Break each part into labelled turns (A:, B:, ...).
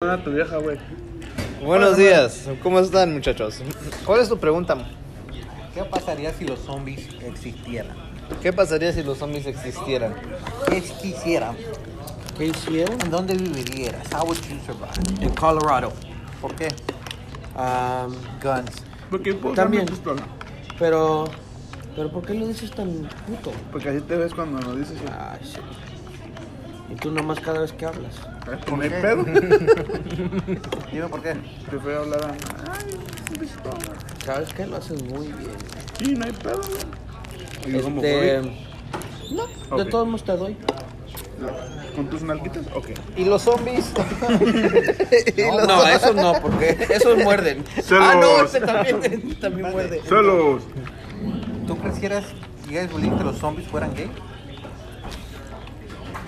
A: con a tu vieja, güey.
B: Buenos días, ¿cómo están muchachos? ¿Cuál es tu pregunta? mo?
C: ¿Qué pasaría si los zombies existieran?
B: ¿Qué pasaría si los zombies existieran?
C: ¿Qué quisieran?
A: ¿Qué hicieron?
C: ¿En dónde vivirías? How would you survive?
D: En Colorado.
C: ¿Por qué?
D: Am,
C: Guns.
A: Porque puedo
D: También.
A: usar mi pistola.
D: pero. Pero ¿por qué lo dices tan puto?
A: Porque así te ves cuando lo dices. güey.
D: Ay, sí. Y tú nomás cada vez que hablas.
A: pues, No hay
C: qué?
A: pedo.
C: Dime por qué.
B: Este,
A: Te fue a hablar a. Ay, es pistola.
D: Sabes que lo haces muy bien.
A: Sí, no hay pedo, güey. Y yo como
D: Este,
A: "Joder,
D: no,
A: Ok.
D: de todos modos te doy.
A: ¿Con tus nalguitas? Ok.
B: ¿Y los zombies?
D: No, esos no, porque esos muerden.
B: Ah, no,
A: ¡Celos!
B: este también, este también muerde.
A: ¡Celos!
C: ¿Tú quisieras, you guys believe que los zombies fueran gay?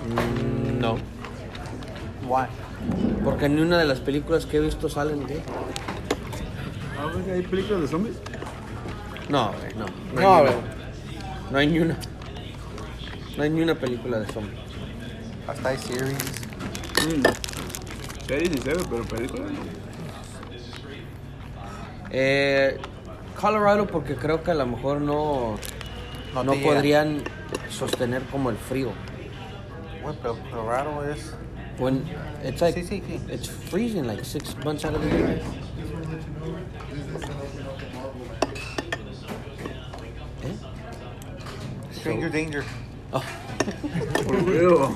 D: No,
C: Why?
D: porque ni una de las películas que he visto salen de.
A: Ah, güey, ¿Hay películas de zombies?
D: No, güey, no.
B: No,
D: hay
B: güey.
D: ni una. No hay ni una. No hay ni una película de zombies.
C: Hasta hay series.
A: Mm. Series y series, pero películas no.
D: Eh, Colorado porque creo que a lo mejor no,
C: No
D: no,
C: te llega.
D: podrían sostener como el frío.
C: Güey, pero lo raro es...
D: When it's like
C: Sí, sí, sí.
D: it's freezing like six months out of the year. ¿Eh?
C: Stranger danger.
A: Por huevo.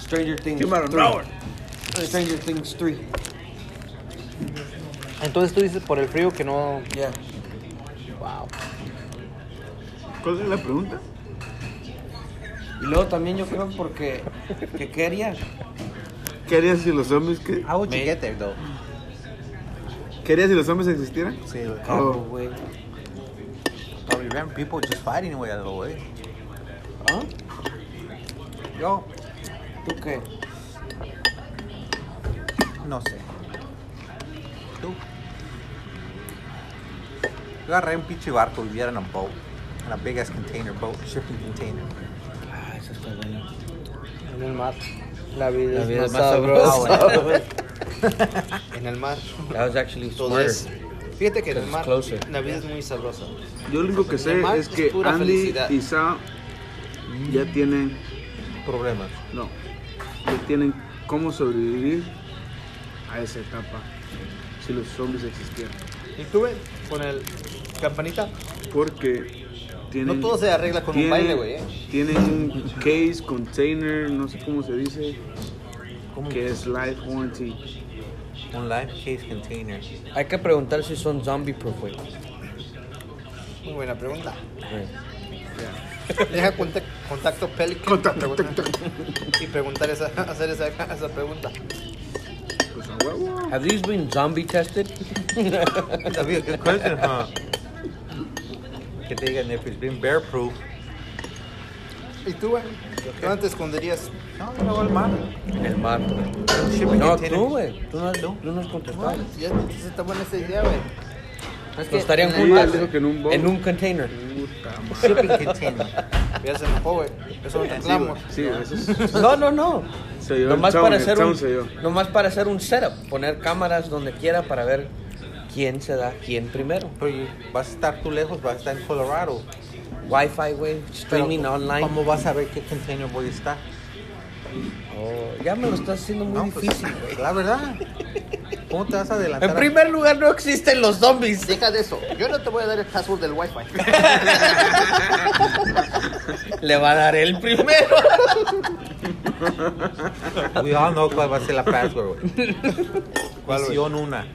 D: Stranger Things.
A: ¡Qué malo,
D: three. Stranger Things 3.
B: Entonces tú dices por el frío que no.
D: Yeah. Wow.
A: ¿Cuál es la pregunta?
D: Y luego también yo creo porque que qué harías?
A: ¿Qué harías si los zombies qué?
C: How would you
D: Me-
C: get there, Oh, though?
A: ¿Qué harías si los zombies existieran?
C: Sí, güey.
D: Carro,
A: Oh.
D: güey.
C: Probably random people just fighting way out of the way.
D: ¿Ah?
C: Yo,
D: ¿Tú qué?
C: no sé. ¿Tú? Yo agarré un pinche barco, viviera en un boat. En a big ass container boat, shipping container.
D: Ah, eso está bueno.
B: En el mar. La vida,
D: La vida
B: es
D: es
B: más
D: más
B: sabrosa.
D: sabrosa.
B: en el mar.
D: That was actually
B: Todo
D: smarter.
B: es. Fíjate que en el
D: It's
B: mar
D: closer.
B: la vida es muy sabrosa.
A: Yo lo único que sé
B: Mar
A: es que
B: es pura
A: Andy
B: felicidad.
A: y Sa ya tienen.
C: Problemas.
A: No. Ya tienen cómo sobrevivir a esa etapa. Si los zombies existieran.
B: ¿Y tú ves? Con el campanita.
A: Porque tienen.
B: No todo se arregla con un
A: tienen-
B: baile, güey, eh.
A: Tienen un case, container, no sé cómo se dice. Que es life warranty.
C: Un life case container.
D: Hay que preguntar si son zombie proof, güey.
B: Muy buena pregunta.
D: Güey.
B: Deja conta- contacto Pelican
A: Contacto,
B: pregunta- y preguntar esa, hacer esa, esa pregunta.
A: Pues a huevo.
D: Have these been zombie tested?
C: That'd be a good question, huh? Que te digan if it's been bear proof.
B: ¿Y tú, güey? ¿Dónde te esconderías?
C: No, no va al mar.
D: En el mar.
C: Shipping
D: No,
C: container.
D: tú, güey. Tú no, tú no has contestado.
B: Ya entonces está buena esa idea, güey.
D: No estarían
A: Sí,
D: juntas
A: él dijo que en un bowl.
D: en un container.
A: Puta madre.
C: Shipping container.
B: Ya se enojó, güey. Eso lo reclamo.
A: Sí, eso es.
D: No, no, no.
A: Se oyó el
D: Nomás
A: chavo,
D: para,
A: el
D: hacer
A: chavo
D: un,
A: se oyó.
D: nomás para hacer un setup, poner cámaras donde quiera para ver quién se da quién primero.
C: Pero y- vas a estar tú lejos, vas a estar en Colorado.
D: Wi-Fi, güey, streaming
C: Pero,
D: online.
C: ¿Cómo vas a ver qué container voy a estar?
D: Oh, ya me lo estás haciendo muy
C: No, pues,
D: difícil, güey.
C: La verdad. ¿Cómo te vas a adelantar?
D: En primer lugar, no existen los zombies.
B: Deja de eso. Yo no te voy a dar el password del wifi.
D: Le va a dar el primero.
C: We all know cuál va a ser la password, güey. Misión una.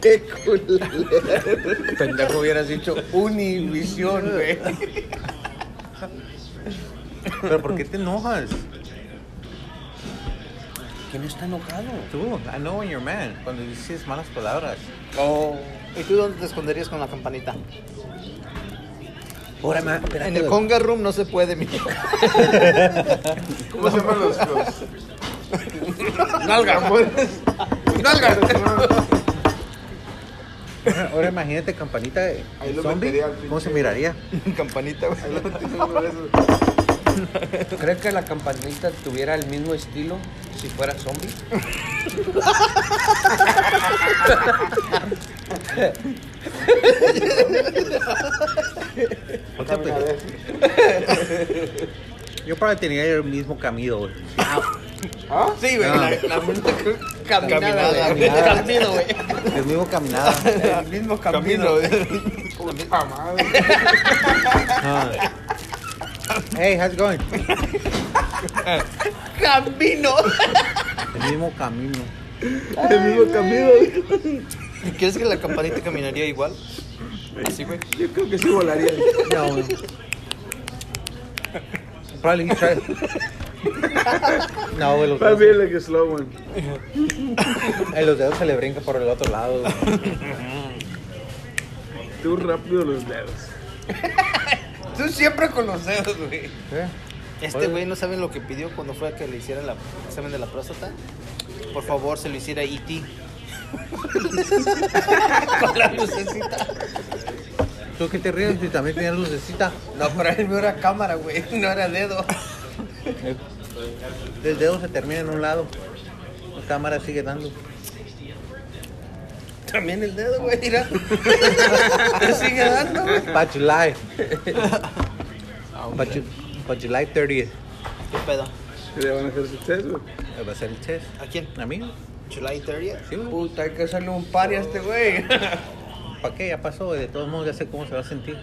D: Qué culera. Pendejo hubieras dicho Univisión, güey.
C: Pero ¿por qué te enojas?
D: ¿Quién está enojado?
C: Tú, I know when you're man. Cuando dices malas palabras.
D: Oh.
B: ¿Y tú dónde te esconderías con la campanita?
D: Ahora me espérate,
B: En el
D: güey.
B: conga room no se puede, mi
A: ¿Cómo se llaman los, los,
D: Nalga. Nalga.
C: Ahora imagínate campanita de
A: Ahí lo
C: zombie.
A: metería al
C: ¿Cómo se
A: pinche-
C: miraría?
B: campanita, güey.
A: Ahí lo tienen uno de esos.
D: ¿Crees que la campanita tuviera el mismo estilo si fuera zombie?
C: Otra pregunta. Yo para tener el mismo camino, güey.
D: Sí, güey, la, la misma
B: Caminada,
D: caminada, güey.
B: caminada.
D: Camino, güey.
C: El mismo caminada.
D: El mismo camino.
A: Puta madre.
C: Ah. Hey, how's it going?
D: Camino.
C: El mismo camino.
A: El mismo camino.
B: ¿Quieres que la campanita caminaría igual? Sí, güey.
A: Yo creo que Pues sí volaría.
C: No, güey. Probably he tried. No, güey, los
A: Para
C: dedos,
A: mí es like a slow one.
C: eh, los dedos se le brinca por el otro lado. güey.
A: Tú rápido los dedos.
D: Tú siempre con los dedos, güey.
C: ¿Eh?
B: Este güey no saben lo que pidió cuando fue a que le hicieran la- el examen de la próstata. Por favor, se lo hiciera E E.T.
D: Con la lucecita.
C: ¿Tú qué te ríes si también tienes lucecita?
D: No, pero él no era cámara, güey. No era dedo.
C: El dedo se termina en un lado. La cámara sigue dando.
D: También el dedo, güey. Mira. Te sigue dando, güey.
C: By July. By, Ju- by July
B: ¿Qué
C: 30th.
B: pedo?
A: Que le van a hacer su test, güey.
C: eh, Va a ser el test.
B: ¿A quién?
C: ¿A mí?
B: ¿July 30?
C: Sí, güey.
D: Puta, hay que hacerle un party a este güey.
C: ¿Para qué? Ya pasó. güey. De todos modos, ya sé cómo se va a sentir.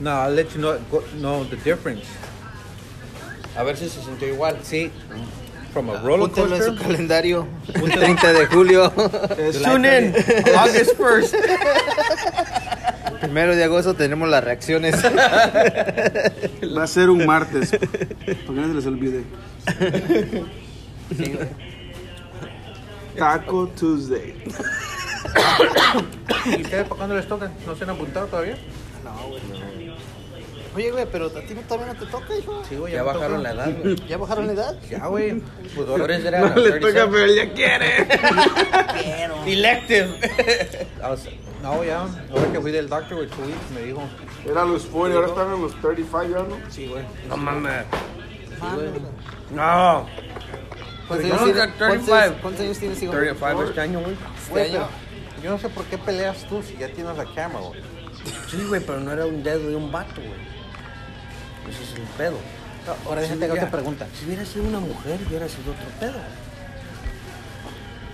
C: No, I'll let you know, go- know the difference.
D: A ver si se sintió igual.
C: Sí. From a roller
B: Póntelo en
C: coaster.
B: su calendario.
C: Póntelo.
B: 30 de julio.
D: Tune in. August 1st.
B: Primero de agosto tenemos las reacciones.
A: Va a ser un martes. Porque no se les olvide. Taco Tuesday.
C: ¿Y ustedes para cuándo les tocan? ¿No se han apuntado todavía?
B: Oye, güey, pero a ti no- todavía no te toca, hijo.
C: Sí, güey.
D: Ya
C: me tocan.
D: bajaron la edad, güey.
B: ¿Ya bajaron la edad?
C: Ya, güey. Pues
D: Ahora
C: ahora
D: es
C: es...
D: verano,
A: No le
D: 37.
A: toca, pero él ya quiere.
D: Elective.
C: No, ya. Ahora que fui del doctor, güey, two weeks, me dijo...
A: Era los 40, ahora están en los 35, ya no.
C: Sí, güey.
D: No mames. No.
C: Pues
B: ¿Cuántos
D: Yo
B: años,
D: nunca
B: tienes- cuántos-
D: 35.
B: cuántos años tienes, hijo?
D: 35 este año, güey.
C: Güey,
B: año.
C: pero yo no sé por qué peleas tú si ya tienes la cámara, güey.
D: Pues Sí, güey, pero no era un dedo de un vato, güey. Ese es el pedo.
B: No, Ahora déjate
D: Sí,
B: hago
D: ya.
B: otra pregunta.
D: Si hubiera sido una mujer, hubiera sido otro pedo.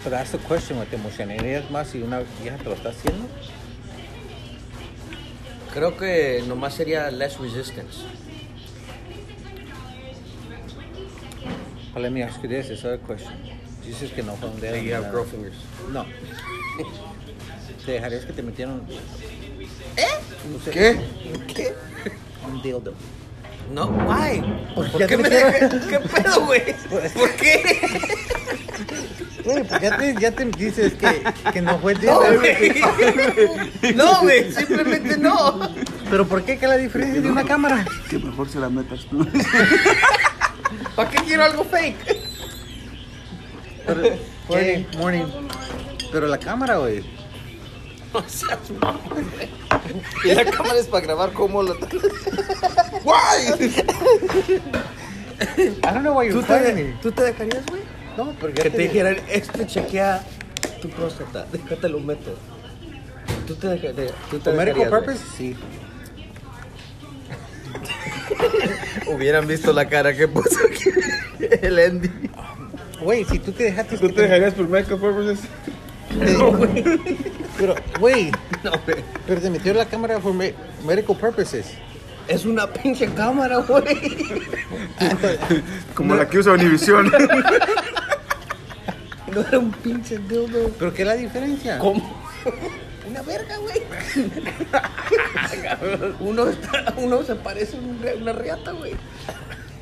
C: Pero that's the question, güey. ¿Te emocionarías más si una vieja te lo está haciendo?
D: Creo que nomás sería less resistance.
C: Well, let me ask you this, this other question. Dices que no fue un dedo.
D: Yeah,
C: ni
D: you have
C: nada.
D: girl fingers.
C: No. ¿Te dejarías que te metieran
D: ¿Qué?
C: un dildo?
D: No, why? ¿Por,
C: qué
D: qué me
C: te
D: deja? ¿Qué pedo, güey?
C: Pues,
D: ¿Por qué?
C: Güey, pues ya te, ya te dices que, que no fue
D: No,
C: dildo.
D: güey. No, güey, simplemente no.
C: Pero ¿por qué? ¿Qué es la diferencia de una cámara?
A: Que mejor se la metas tú.
D: ¿Para qué quiero algo fake?
C: Pero, morning, morning. Pero la cámara, güey.
D: O sea,
B: Y la cámara es para grabar cómo lo...
C: I don't know why you're
D: ¿Tú te,
C: me.
D: ¿Tú te dejarías, güey?
C: No, pero ya
D: Que te dijeran, este chequea tu próstata, déjate lo meto. ¿Tú te dejarías? ¿Tú te
C: For
D: dejarías,
C: medical
D: güey?
C: purpose, sí.
B: Hubieran visto la cara que puso aquí el Andy.
C: Güey, si tú te dejaste...
A: ¿Tú te dejarías por Michael Purposes?
C: Pero, güey,
D: No, güey.
C: pero te metió la cámara for me- medical purposes.
D: Es una pinche cámara, güey.
A: Como la que usa Univision.
D: No era un pinche dildo.
C: ¿Pero qué es la diferencia?
D: ¿Cómo? Una verga, güey. uno, está- uno se parece a un re- una riata, güey.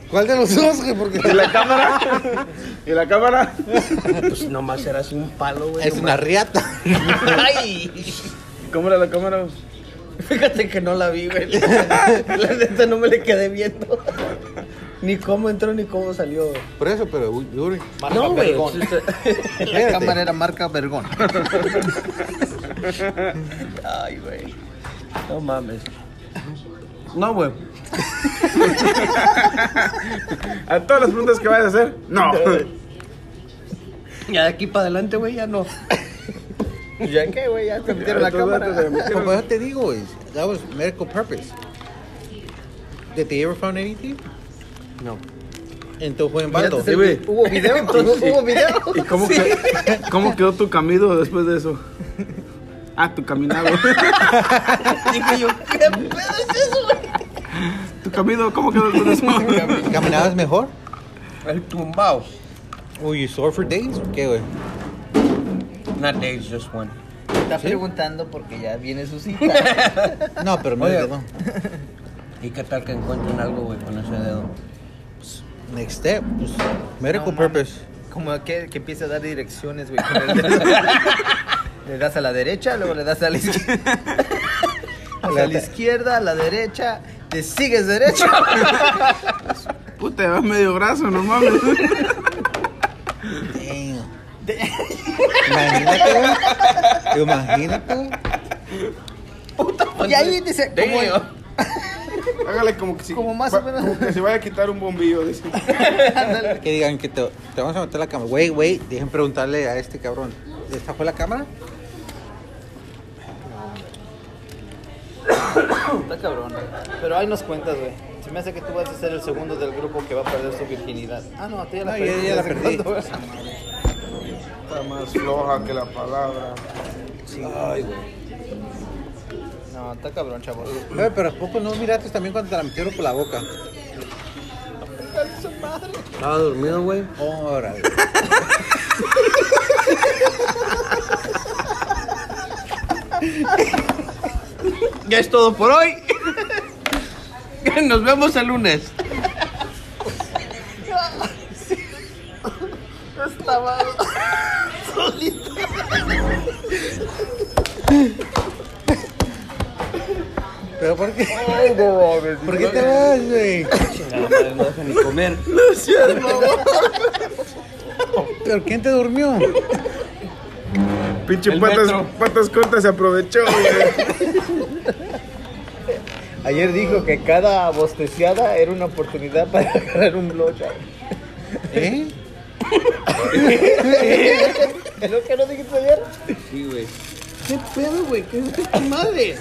C: ¿Cuál de los dos, güey? Porque
A: ¿Y la cámara? ¿Y la cámara?
D: Pues nomás era así un palo, güey.
C: es una riata.
D: una... Ay,
A: ¿Cómo era la cámara?
D: fíjate que no la vi, güey. La neta no me le quedé viendo. Ni cómo entró ni cómo salió, güey.
C: Por eso, pero... we- we were-
D: No, güey.
B: La cámara era marca Vergón.
D: Ay, güey. No mames. No, güey.
A: A todas las preguntas que vayas a hacer, no.
D: Ya de aquí para adelante, güey, ya no.
B: ¿Ya qué, güey? Ya te metieron la
A: Ya, tú,
B: cámara.
A: tú, tú, tú.
C: Como yo te digo, is, that was medical purpose. Did they ever found anything?
D: No.
C: Entonces fue en
D: Mira,
C: bando.
D: te-
A: Sí, güey.
D: Hubo video, entonces hubo video.
A: ¿Y cómo, que- cómo quedó tu camino después de eso? Ah, tu caminado.
D: Dije yo, ¿qué pedo es eso, güey?
A: ¿Tu camino cómo quedó después de eso?
C: ¿Caminabas mejor?
D: El tumbao.
C: Oh, you sore for days? ¿Qué, güey?
D: Not days, just one.
E: Está preguntando porque ya viene su cita.
C: No, pero no,
D: Oye.
C: no.
D: ¿Y qué tal que encuentren algo, güey, con ese dedo?
C: Next step, pues, medical
B: No,
C: purpose.
E: Como que, que empieza a dar direcciones, güey. con el dedo. le das a la derecha, luego le das a la izquierda. A la, izquierda, a la derecha. Te sigues derecho.
A: Puta, vas medio brazo, no mames.
C: Damn. Imagínate, güey. Imagínate, güey.
E: Y ahí dice, como,
A: Hágale como que si.
E: Como más o menos.
A: como que se vaya a quitar un bombillo. dice.
C: Que digan que te, te vamos a meter la cámara. Wait, wait, dejen preguntarle a este cabrón. ¿Esta fue la cámara?
B: Está cabrón. Pero ahí nos cuentas, güey. Se me hace que tú vas a ser el segundo del grupo que va a perder su virginidad. Ah, no, tú ya la
C: No, yo
B: perdiste.
C: ya la
B: ¿Hace
C: perdí.
B: cuánto, güey?
A: Está más floja que la palabra.
B: No, está cabrón, chavo.
C: Güey, pero ¿a poco no miraste también cuando te la metieron por la boca?
D: Estaba dormido, güey.
C: Órale.
D: Ya es todo por hoy. Nos vemos el lunes.
C: ¿Pero por qué? ¿Por qué te vas, güey?
D: No deja ni comer.
C: ¿Pero quién te durmió?
A: Pinche
D: El
A: patas,
D: metro.
A: patas cortas se aprovechó, güey.
B: Ayer dijo que cada bosteciada era una oportunidad para agarrar un blowjob.
C: ¿Eh?
B: ¿Eh? ¿Es lo que no dijiste ayer?
D: Sí, güey. ¿Qué pedo, güey? ¿Qué es esta madre?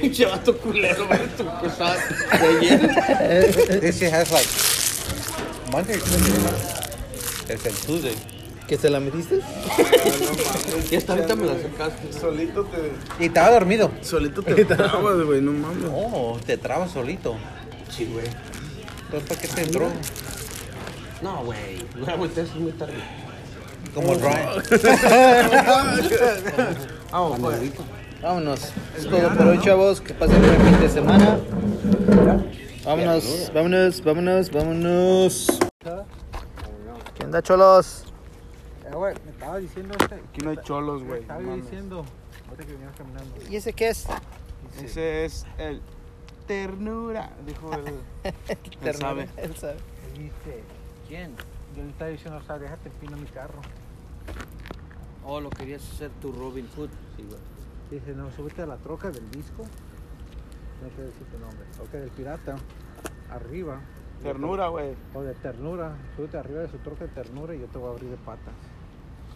D: Pinche vato culero, güey. Tu cosa de ayer.
C: This shit has like Monday, Tuesday. It's a Tuesday.
B: ¿Que se la metiste?
D: Y hasta ahorita me la sacaste.
A: Solito te.
C: Y estaba dormido.
A: Solito te trabas, güey, no mames.
C: No, te trabas solito.
D: Sí, güey.
A: Pues,
C: Entonces, ¿para qué te entró?
D: No, güey. No, güey, te haces muy tarde.
C: Como Ryan.
D: Vamos, güey.
B: Vámonos. Es todo por hoy, chavos. Que pasen buen fin de semana. Vámonos, vámonos, vámonos, vámonos. ¿Qué onda, cholos?
C: me estaba diciendo este.
A: Aquí no hay cholos, güey. no mames.
C: diciendo. Ahorita que venías caminando.
B: ¿Y ese qué es?
A: Ese es el. Ternura, dijo el. Él sabe.
B: Él sabe.
C: Dice, ¿quién? Yo le estaba diciendo, o sea, déjate pino mi carro.
D: Oh, lo querías hacer tu Robin Hood. Sí, güey.
C: Dice, no, súbete a la troca del disco. No te decir tu nombre. Troca del pirata. Arriba.
A: Ternura, güey.
C: O de ternura. Súbete arriba de su troca de ternura y yo te voy a abrir de patas.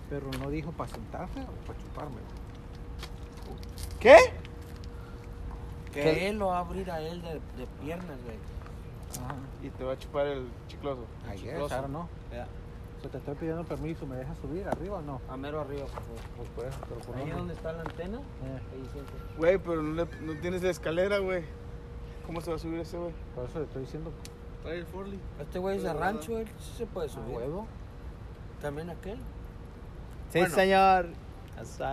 C: Pero no dijo para sentarse o para chuparme.
A: ¿Qué?
D: Que él lo va a abrir a él de, de piernas, güey.
A: Y te va a chupar el chicloso.
C: Ayer, ahora no.
D: Ya.
C: So, te estoy pidiendo permiso. ¿Me dejas subir arriba o no?
D: A mero arriba, por favor.
C: Pues por eso, pero por
D: Ahí
C: dónde?
D: donde está la antena,
C: Eh,
D: ahí siempre.
A: Güey, pero no, le- no tienes la escalera, güey. ¿Cómo se va a subir ese, güey?
C: por eso le estoy diciendo
A: Trae el Forley.
D: Este güey es de rancho, él sí se puede
C: a
D: subir.
C: huevo.
D: También aquel.
B: Sí,
D: Bueno.
B: señor.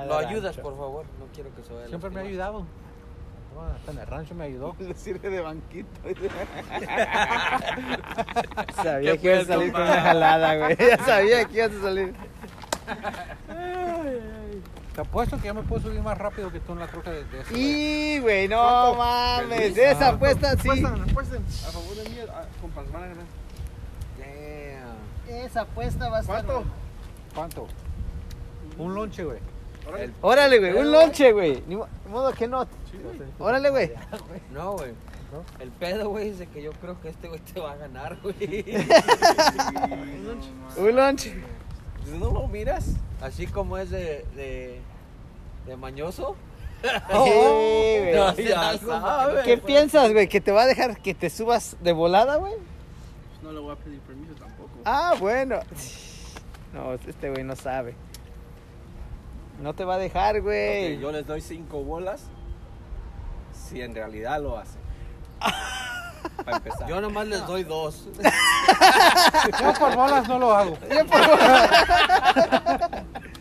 D: Lo ayudas, por favor. No quiero que se vaya.
C: Siempre me ha
D: lastimado.
C: ayudado. Bueno, hasta en el rancho me ayudó.
A: Le sirve de banquito.
B: Sabía que ibas a salir con una jalada, güey. Ya sabía que ibas a salir.
C: Te apuesto que ya me puedo subir más rápido que tú en la troca de, de ese güey.
B: Y, güey, no mames. Esa apuesta sí.
A: Apuestan, apuestan. A favor de mí, a- con Paz van a ganar.
D: Damn.
B: Esa apuesta va a estar.
A: ¿Cuánto?
C: ¿Cuánto? Un lonche, güey.
A: Órale.
B: Órale, güey, un lonche, güey. Ni mo- modo que no. Órale, güey.
D: No, güey.
C: ¿no?
F: El pedo, güey, dice que yo creo que este güey te va a ganar, güey.
E: Un lunch.
F: Dice, Pues, ¿No lo miras? Así como es de, de, de mañoso.
E: Sí, güey.
F: No, ya sabe,
E: ¿Qué
F: güey.
E: piensas, güey? ¿Que te va a dejar que te subas de volada, güey?
A: No le voy a pedir permiso tampoco.
E: Ah, bueno. No, este güey no sabe. No te va a dejar, güey.
F: Ok, yo les doy cinco bolas si en realidad lo hacen. Para empezar. Yo nomás les doy dos.
C: Yo por bolas no lo hago.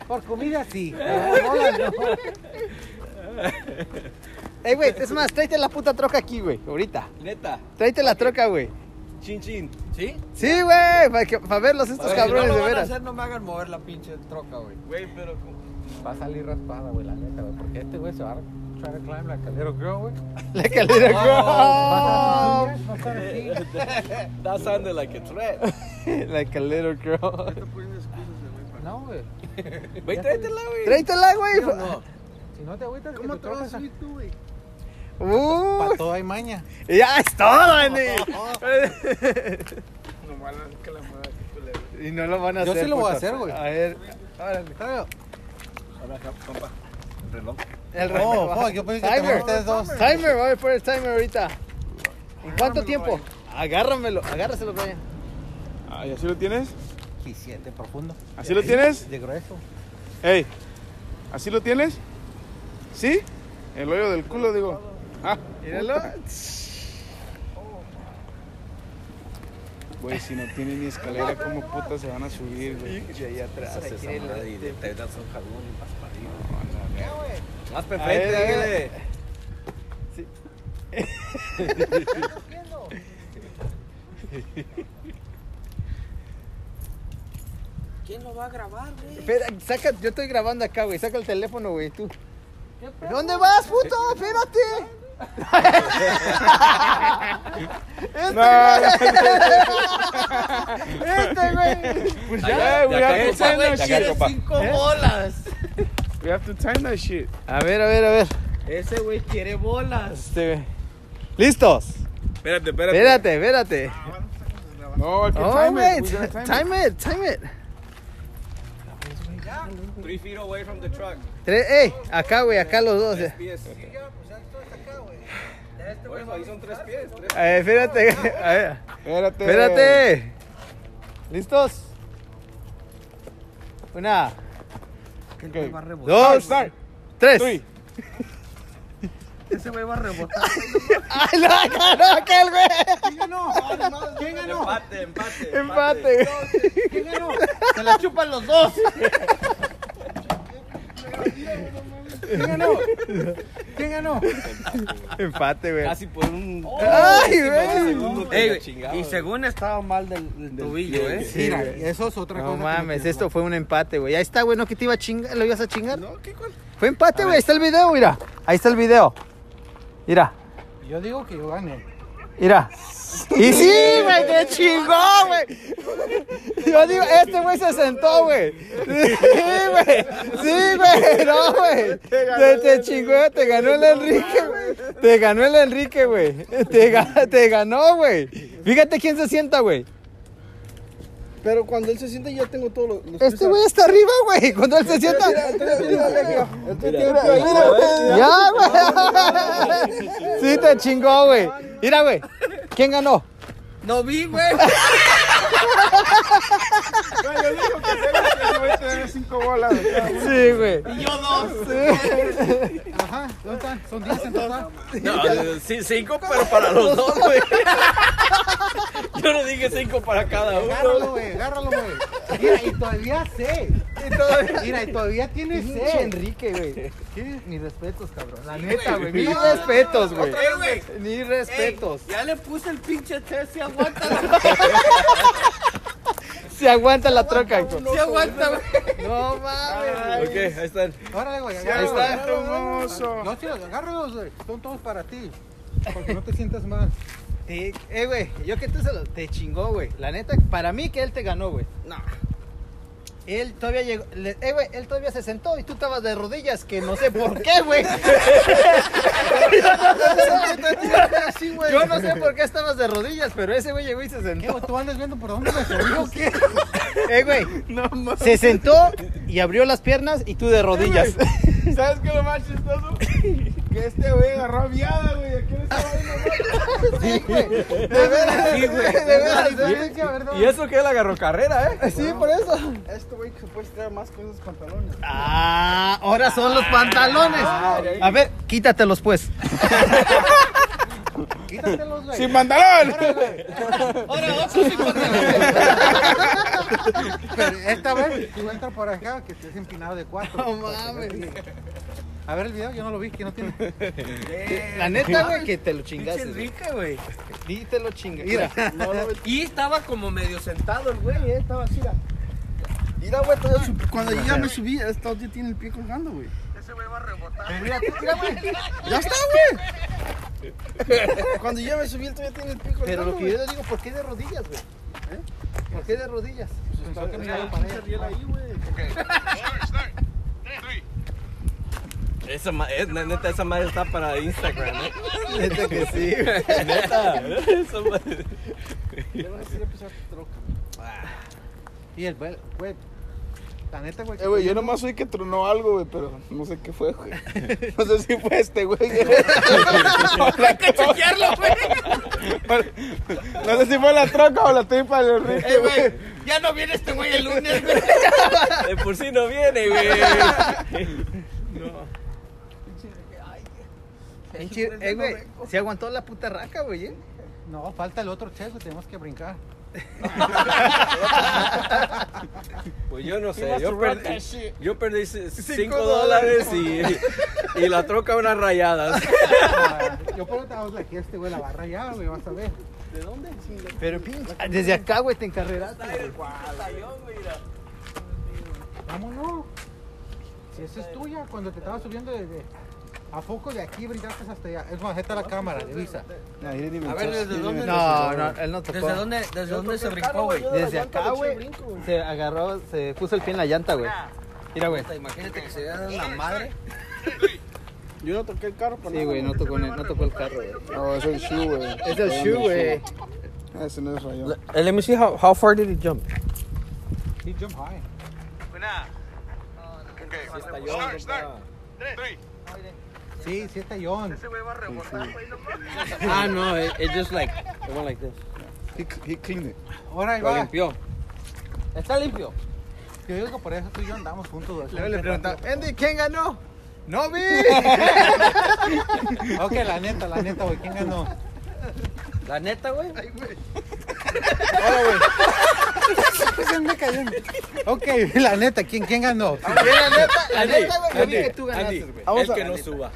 C: por comida sí. Por bolas no.
E: Ey, güey, es más, tráete la puta troca aquí, güey, ahorita.
F: Neta.
E: Tráete la troca, güey.
F: Chin, chin. ¿Sí?
E: Sí, güey, para, que- para verlos
F: A
E: estos
F: ver, si
E: cabrones,
F: no lo
E: de
F: van a
E: veras.
F: hacer, no me hagan mover la pinche troca, güey.
A: Güey, pero como-
C: Va a salir raspada, güey, la neta, güey. Porque este güey se va a try to climb la calero girl, güey.
E: La calera,
C: Va a
E: girl.
C: estar así, va a estar así.
F: That sounded like a threat.
E: La calera, girl.
A: está poniendo excusas de güey para-
C: No, güey.
F: Güey, tráetela, güey.
E: Tráetela, güey.
F: ¿Sí o no?
C: Si no te agüitas, que
A: ¿Cómo
C: tu
A: te vas
C: troca
A: a subir tú, güey?
E: Uh,
C: Para todo hay maña.
E: ya es todo, Andy.
A: No malas que la madre que tú le ves.
E: y no lo van a
C: Yo
E: hacer.
C: sí lo voy a
E: puto.
C: hacer, güey.
E: A ver, órale.
C: Claro.
A: Ahora acá, compa. El reloj.
E: El reloj.
C: Oh, fuck, yo pensé que
E: Timer.
C: también ustedes dos.
E: Timer, voy a poner el timer ahorita. ¿En cuánto
A: Agárramelo,
E: tiempo? Agárramelo, agárraselo, Brian.
A: Ah, ¿y así lo tienes?
C: Y siete profundo.
A: ¿Así lo tienes?
C: De grueso.
A: Ey, ¿así lo tienes? ¿Sí? El hoyo del culo, digo. Ah,
E: Míralo.
A: güey, si no tiene ni escalera, ¿cómo puta se van a subir, güey?
E: Y ahí atrás.
F: Haces
E: aquí
F: esa
E: el-
F: madre y te das un jabón y vas para arriba. Más
E: A ver,
F: perfecto,
E: a ver.
F: dile. ¿Quién lo va a grabar, güey?
E: Espera, saca, yo estoy grabando acá, güey. Saca el teléfono, güey, tú. ¿Dónde vas, puto? Espérate. este, güey. Pues
A: ya,
F: De
A: we
F: acá,
A: have to
F: compa,
A: sign
F: güey,
A: that
F: de acá,
A: shit.
F: compa.
A: We have to time that shit.
E: A ver, a ver, a ver.
F: Ese güey quiere bolas.
E: Este, güey. ¿Listos?
A: Espérate,
E: Espérate, espérate.
F: Ah,
A: No, hay que
E: Oh,
A: time
E: güey.
A: it. We gotta time it.
E: Time it, time it.
F: Three feet away from the truck.
E: Tres, ey, acá, güey, acá los dos. eh.
F: Pies. pues, Por eso, ahí son tres pies. tres.
E: A ver, espérate, güey. a ver.
A: Espérate.
E: Espérate. Este, ¿Listos? Una,
A: Ok.
E: dos,
A: Start.
E: tres.
A: Three.
E: ¡Ay, la ganó aquel, güey!
F: Empate, empate.
E: Empate, güey.
D: Se la chupan los dos.
C: ¿Quién ganó? ¿Quién ganó?
E: Empate, güey.
F: Casi por un.
E: ¡Ay, güey!
F: segundo,
D: Ey,
F: te
D: güey,
F: chingado,
D: y
F: güey.
D: según estaba mal del, del tobillo, ¿eh?
E: Sí,
C: Mira,
E: güey.
C: eso es otra
E: No
C: cosa. que
E: mames,
C: me
E: esto fue un empate, güey. Ahí está, güey, ¿no que te iba a chingar? ¿Lo ibas a chingar?
A: No, ¿qué cuál?
E: Fue empate, güey. Ahí está el video, mira. Ahí está el video. Mira,
C: tiene. Yo digo que yo gane.
E: mira. Y sí, güey, te chingó, güey. Yo digo, este güey se sentó, güey. Sí, güey. Sí, güey. No, güey. Te, te chingó, te ganó el Enrique, güey. Te ganó el Enrique, güey. Te, ga- te ganó, güey. Fíjate quién se sienta, güey.
D: Pero cuando él se siente, yo tengo todos los. los
E: Este
D: pies
E: güey está arriba, güey. Cuando él se sienta.
D: al- Este tiene un pie.
E: Ya, güey. Sí, te chingó, güey. Mira, güey. ¿Quién ganó?
D: No vi, güey.
A: Güey, yo digo que se va a tener cinco bolas.
E: Sí, güey.
C: Ajá, ¿dónde están? Son 10 en total.
F: No, sí, cinco, pero para los dos, güey. Yo no dije cinco para cada uno.
C: Agárralo, güey, agárralo, güey. Mira, y todavía sé. Mira, y todavía tiene
E: Pinche
C: sed.
E: Enrique, güey.
C: Tienes mis respetos, cabrón. La
E: Neta,
C: neta,
E: güey.
C: güey.
E: Ni
C: mira.
E: respetos, güey.
D: Eh, güey.
E: Ni respetos.
D: Ya le puse el pinche test, se aguanta,
E: Se aguanta la troca, güey.
D: se aguanta, güey.
E: No mames.
F: Ok, ahí están.
C: Órale, güey.
A: Ahí
C: agárralo.
A: está, hermoso.
C: No, sí, agárralos, güey. Son todos para ti. Porque no te sientas mal.
E: Sí, eh, güey. Yo que tú se lo. Te chingó, güey. La neta, para mí que él te ganó, güey.
D: No.
E: Él todavía llegó, le- eh, güey, él todavía se sentó y tú estabas de rodillas, que no sé por qué, güey. Yo no sé por qué estabas de rodillas, pero ese güey llegó y se sentó.
C: ¿Tú andas viendo por dónde me subí o qué?
E: Eh, güey, se sentó y abrió las piernas y tú de rodillas.
F: ¿Sabes qué es lo más chistoso? Que este güey agarró a miada, güey. Aquí le estaba ahí
E: De veras, de veras, de veras.
F: nomás. Y eso que él agarró carrera,
C: Ah,
F: ¿eh?
E: Sí, por eso.
C: Este güey que se puede estirar más con esos pantalones.
E: Ah, ahora son los pantalones. A ver, quítatelos pues.
C: Quítatelos, güey.
F: ¡Sin pantalón!
E: Ahora
C: Pero esta vez tú entras por acá que estés empinado de cuatro.
E: No mames.
C: A ver el video, yo no lo vi, que no tiene.
E: La neta, güey, que te lo chingaste.
F: Pinche
E: güey.
F: rica, güey.
E: Sí, te lo chingaste. Mira.
F: Y estaba como medio sentado el güey, ¿eh? Estaba así. mira.
D: Mira, güey, todo su-
G: Cuando yo ya me subí, esta otra tiene el pie colgando, güey. Ese güey va a rebotar. Mira, mira, güey. Ya está, güey. Cuando yo ya me subí, el todavía tiene el pie colgando.
E: Pero lo que yo le digo, ¿por qué de rodillas, güey? ¿Eh? ¿Por qué de rodillas?
F: Esa ma- es- la neta, esa madre está para Instagram, ¿eh?
E: Neta que sí, güey.
F: Neta. Esa madre.
C: Y el güey, güey, la neta, güey.
G: Eh, güey, yo nomás oí que tronó algo, güey, pero no sé qué fue, güey. No sé si fue este, güey. Hay que chequearlo, güey. No sé si fue la troca o la tripa del Enrique, güey.
D: Ya no viene este güey el lunes, güey.
F: De por sí no viene, güey.
E: Pinche- Eh, güey, se aguantó la puta raca, güey, ¿eh?
C: No, falta el otro checo, tenemos que brincar.
F: Pues yo no sé, yo perdí, yo perdí 5 dólares y, y la troca unas rayadas.
C: Ah, yo por otra vez aquí este güey la barra ya, güey, vas a ver.
E: Pero pinche. Desde acá, güey, te encarreraste.
C: Vámonos. Si esa es tuya, cuando te estaba subiendo desde. A poco de aquí brincaste hasta allá. Es más, esta es la cámara, Luisa.
G: A
F: ver, ¿desde dónde?
E: No, no, él no tocó.
D: desde dónde se brincó, güey?
E: Desde acá, güey, se agarró, se puso el pie en la llanta, güey. Mira, güey.
D: Imagínate que se vea la madre.
G: Yo no toqué el carro para
E: Sí, güey, no tocó, en el- no tocó el carro, güey.
G: No, es el shoe, güey.
E: Es el shoe, güey.
G: Ah, Ese no es rayón.
F: eh, Let me see how, how far did it jump.
C: He jump high. Sí, sí está John.
F: Ah, no, it, it just like, it went like this.
G: He, he cleaned it.
C: Ahora ahí
F: Lo
C: va.
F: limpió. Está limpio.
C: Yo digo que por eso tú y yo andamos juntos. güey.
E: Luego le preguntaba, Andy, ¿quién ganó? ¡No vi!
C: Ok, la neta, la neta, güey, ¿quién ganó?
F: La neta, güey.
C: Pues me cayó. Ok, la neta, ¿quién, quién ganó?
E: la neta, la
F: Andy,
E: neta, güey, yo vi
F: Andy,
E: que tú
F: Andy,
E: ganaste, güey.
G: Vamos
F: el
G: a-
F: que no suba.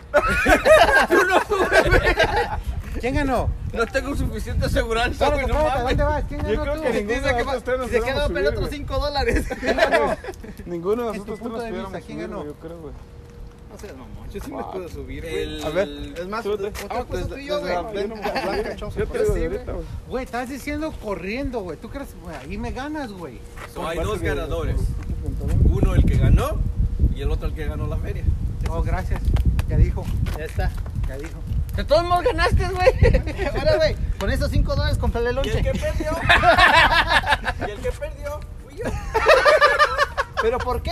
C: ¿Quién ganó?
F: No tengo suficiente seguridad,
C: Claro, papá, ¿a ¿dónde vas? ¿Quién ganó tú?
E: Dice que va- se quedó pero otros 5 dólares.
G: Ninguno de
C: En tu
G: nosotros
C: punto de
G: tres
C: vista,
G: pudiéramos
C: ¿quién
G: subir,
C: ganó?
G: güey, Yo creo, güey.
F: Yo sí me puedo subir,
G: A ver.
E: Es más,
G: Súbete.
B: Ah,
E: otra
B: pues,
E: cosa tú y yo,
G: Desde la
E: güey.
G: plena blanca, chonzo,
F: Yo
G: por
F: creo
G: eso
F: sí,
G: de
F: güey.
G: ahorita, güey.
C: Güey, estás diciendo corriendo, güey. ¿Tú crees? güey, ahí me ganas, güey.
F: So, hay dos ganadores. Uno el que ganó y el otro el que ganó la feria.
C: Oh, gracias. Ya dijo,
E: Ya está.
C: ya dijo.
E: De todos modos ganaste, güey. Ahora, güey, con esos 5 dólares comprarle el
F: Y el
E: lonche.
F: que perdió. y el que perdió fui yo.
E: ¿Pero por qué?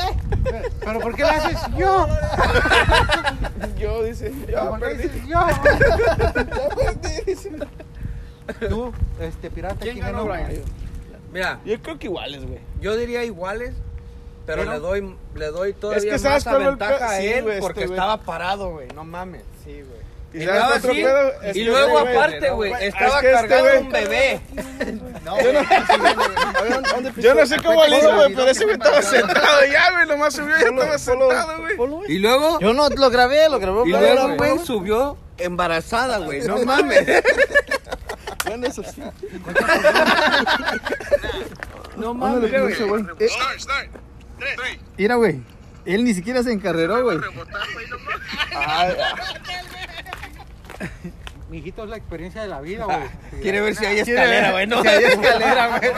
C: ¿Pero por qué lo haces yo?
G: Yo, dice. Yo
C: ¿Por qué
G: perdí.
C: dices yo? Tú, este pirata, ¿quién, ganó? güey?
D: Mira,
G: Yo creo que iguales, güey.
D: yo diría iguales, pero, le doy le doy
G: Es
D: todavía
G: que
D: más
G: ¿sabes
D: la
G: cuál es el
D: ventaja
G: pe-
D: a
G: sí,
D: él
G: güey, este,
D: porque
G: güey.
D: estaba parado, güey. No mames.
E: Sí, güey.
G: Y sabes
D: Estaba
G: otro
D: así
G: pedo, es
D: y
G: que
D: luego
G: este, güey,
D: aparte, güey,
G: es
D: estaba
G: que este
D: cargando
G: güey-
D: un bebé.
G: Yo no sé cómo le hizo, güey, pero ese güey estaba sentado ya, güey. Nomás subió y ya estaba sentado, güey.
D: Y luego
E: Yo no lo grabé, lo grabó
D: y
E: Pablo,
D: luego
E: güey.
D: güey subió embarazada, güey. No mames.
G: Bueno, eso sí.
D: No mames, güey.
E: Mira, güey. Él ni siquiera se encarreró, güey.
C: Mijito, es la experiencia de la vida, güey.
D: Quiere ver si hay escalera, güey. No,
E: Escalera, güey.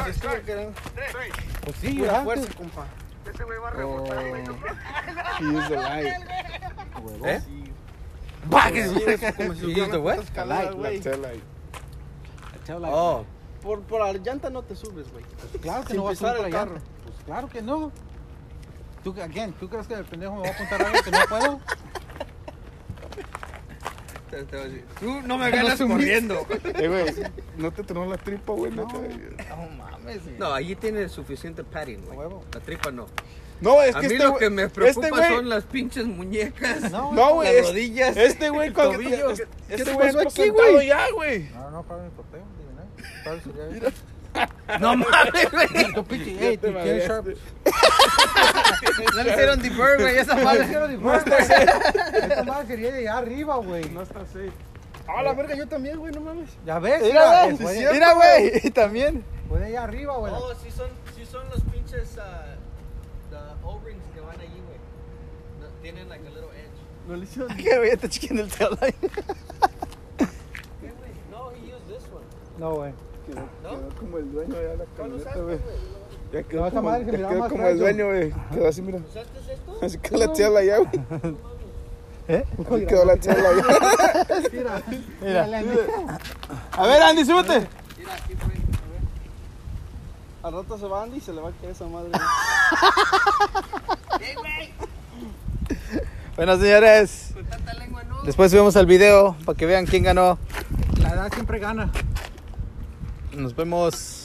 C: Pues sí, ¿verdad?
G: Fuerza, compa.
B: He used the light.
D: ¿Eh?
B: La tail light.
D: Oh,
H: Por, por la llanta no te subes, güey.
C: Claro que
H: Sin
C: no va a
H: pisar
C: subir
H: el
C: para allá.
H: carro.
C: Pues claro que no. ¿Tú, again, ¿Tú crees que el pendejo me va a apuntar algo que no puedo?
D: te- te voy a decir, Tú no me ganas corriendo.
B: Eh, güey, no te tronó la tripa, güey. neta.
D: No, allí tiene suficiente padding, güey.
C: Huevo.
D: La tripa no.
B: No, es
D: a
B: que
D: mí
B: este
D: lo
B: güey-
D: que me
B: este
D: preocupa
B: güey-
D: son las pinches muñecas,
C: No,
B: No, güey.
D: las
B: es-
D: rodillas.
B: Este güey cuando
D: tobillo.
B: este-
H: ¿Qué
B: Este
H: te
B: güey
H: pasó
B: entró
H: aquí,
B: sentado
H: güey?
B: ya, güey.
C: No, no, para mi porteo, dime nada. Para eso ya- Mira,
D: No mames, güey.
C: tu pinche, ey, tu Ken Sharp.
D: No le hicieron defer, güey. Esa
C: No
D: madre.
C: quiero dibujar, güey. Esta madre quería llegar arriba, güey.
B: A
E: Ah,
B: la verga, yo también, güey, no mames.
C: Ya ves,
A: Mira,
C: mira,
A: güey.
C: puede-
A: Mira, güey. Y también.
C: puede ir arriba, güey.
E: Oh, sí son, sí son los pinches ah, the O-rings que van allí, güey. No, Tienen like a little edge.
A: Que voy a estar chiquiendo el tail light.
E: ¿Qué, güey? No, he used this one.
A: No, güey.
B: Quedó como el dueño ya la camioneta, güey. Ya quedó
C: No, esa
B: como,
C: madre se
B: ya
C: miraba
B: quedó
C: más
B: como el
C: frágil.
B: dueño, güey. Quedó así, mira.
E: ¿Usaste esto?
B: Así quedó la tela ya, güey.
A: ¿Eh?
B: Así quedó la tela ya.
C: Mira, mira, la neta.
A: A ver, Andy, súbete.
H: Al rato se va Andy y se le va a caer esa madre.
A: Bueno, señores. Después subimos al video para que vean quién ganó.
C: La edad siempre gana.
A: Nos vemos.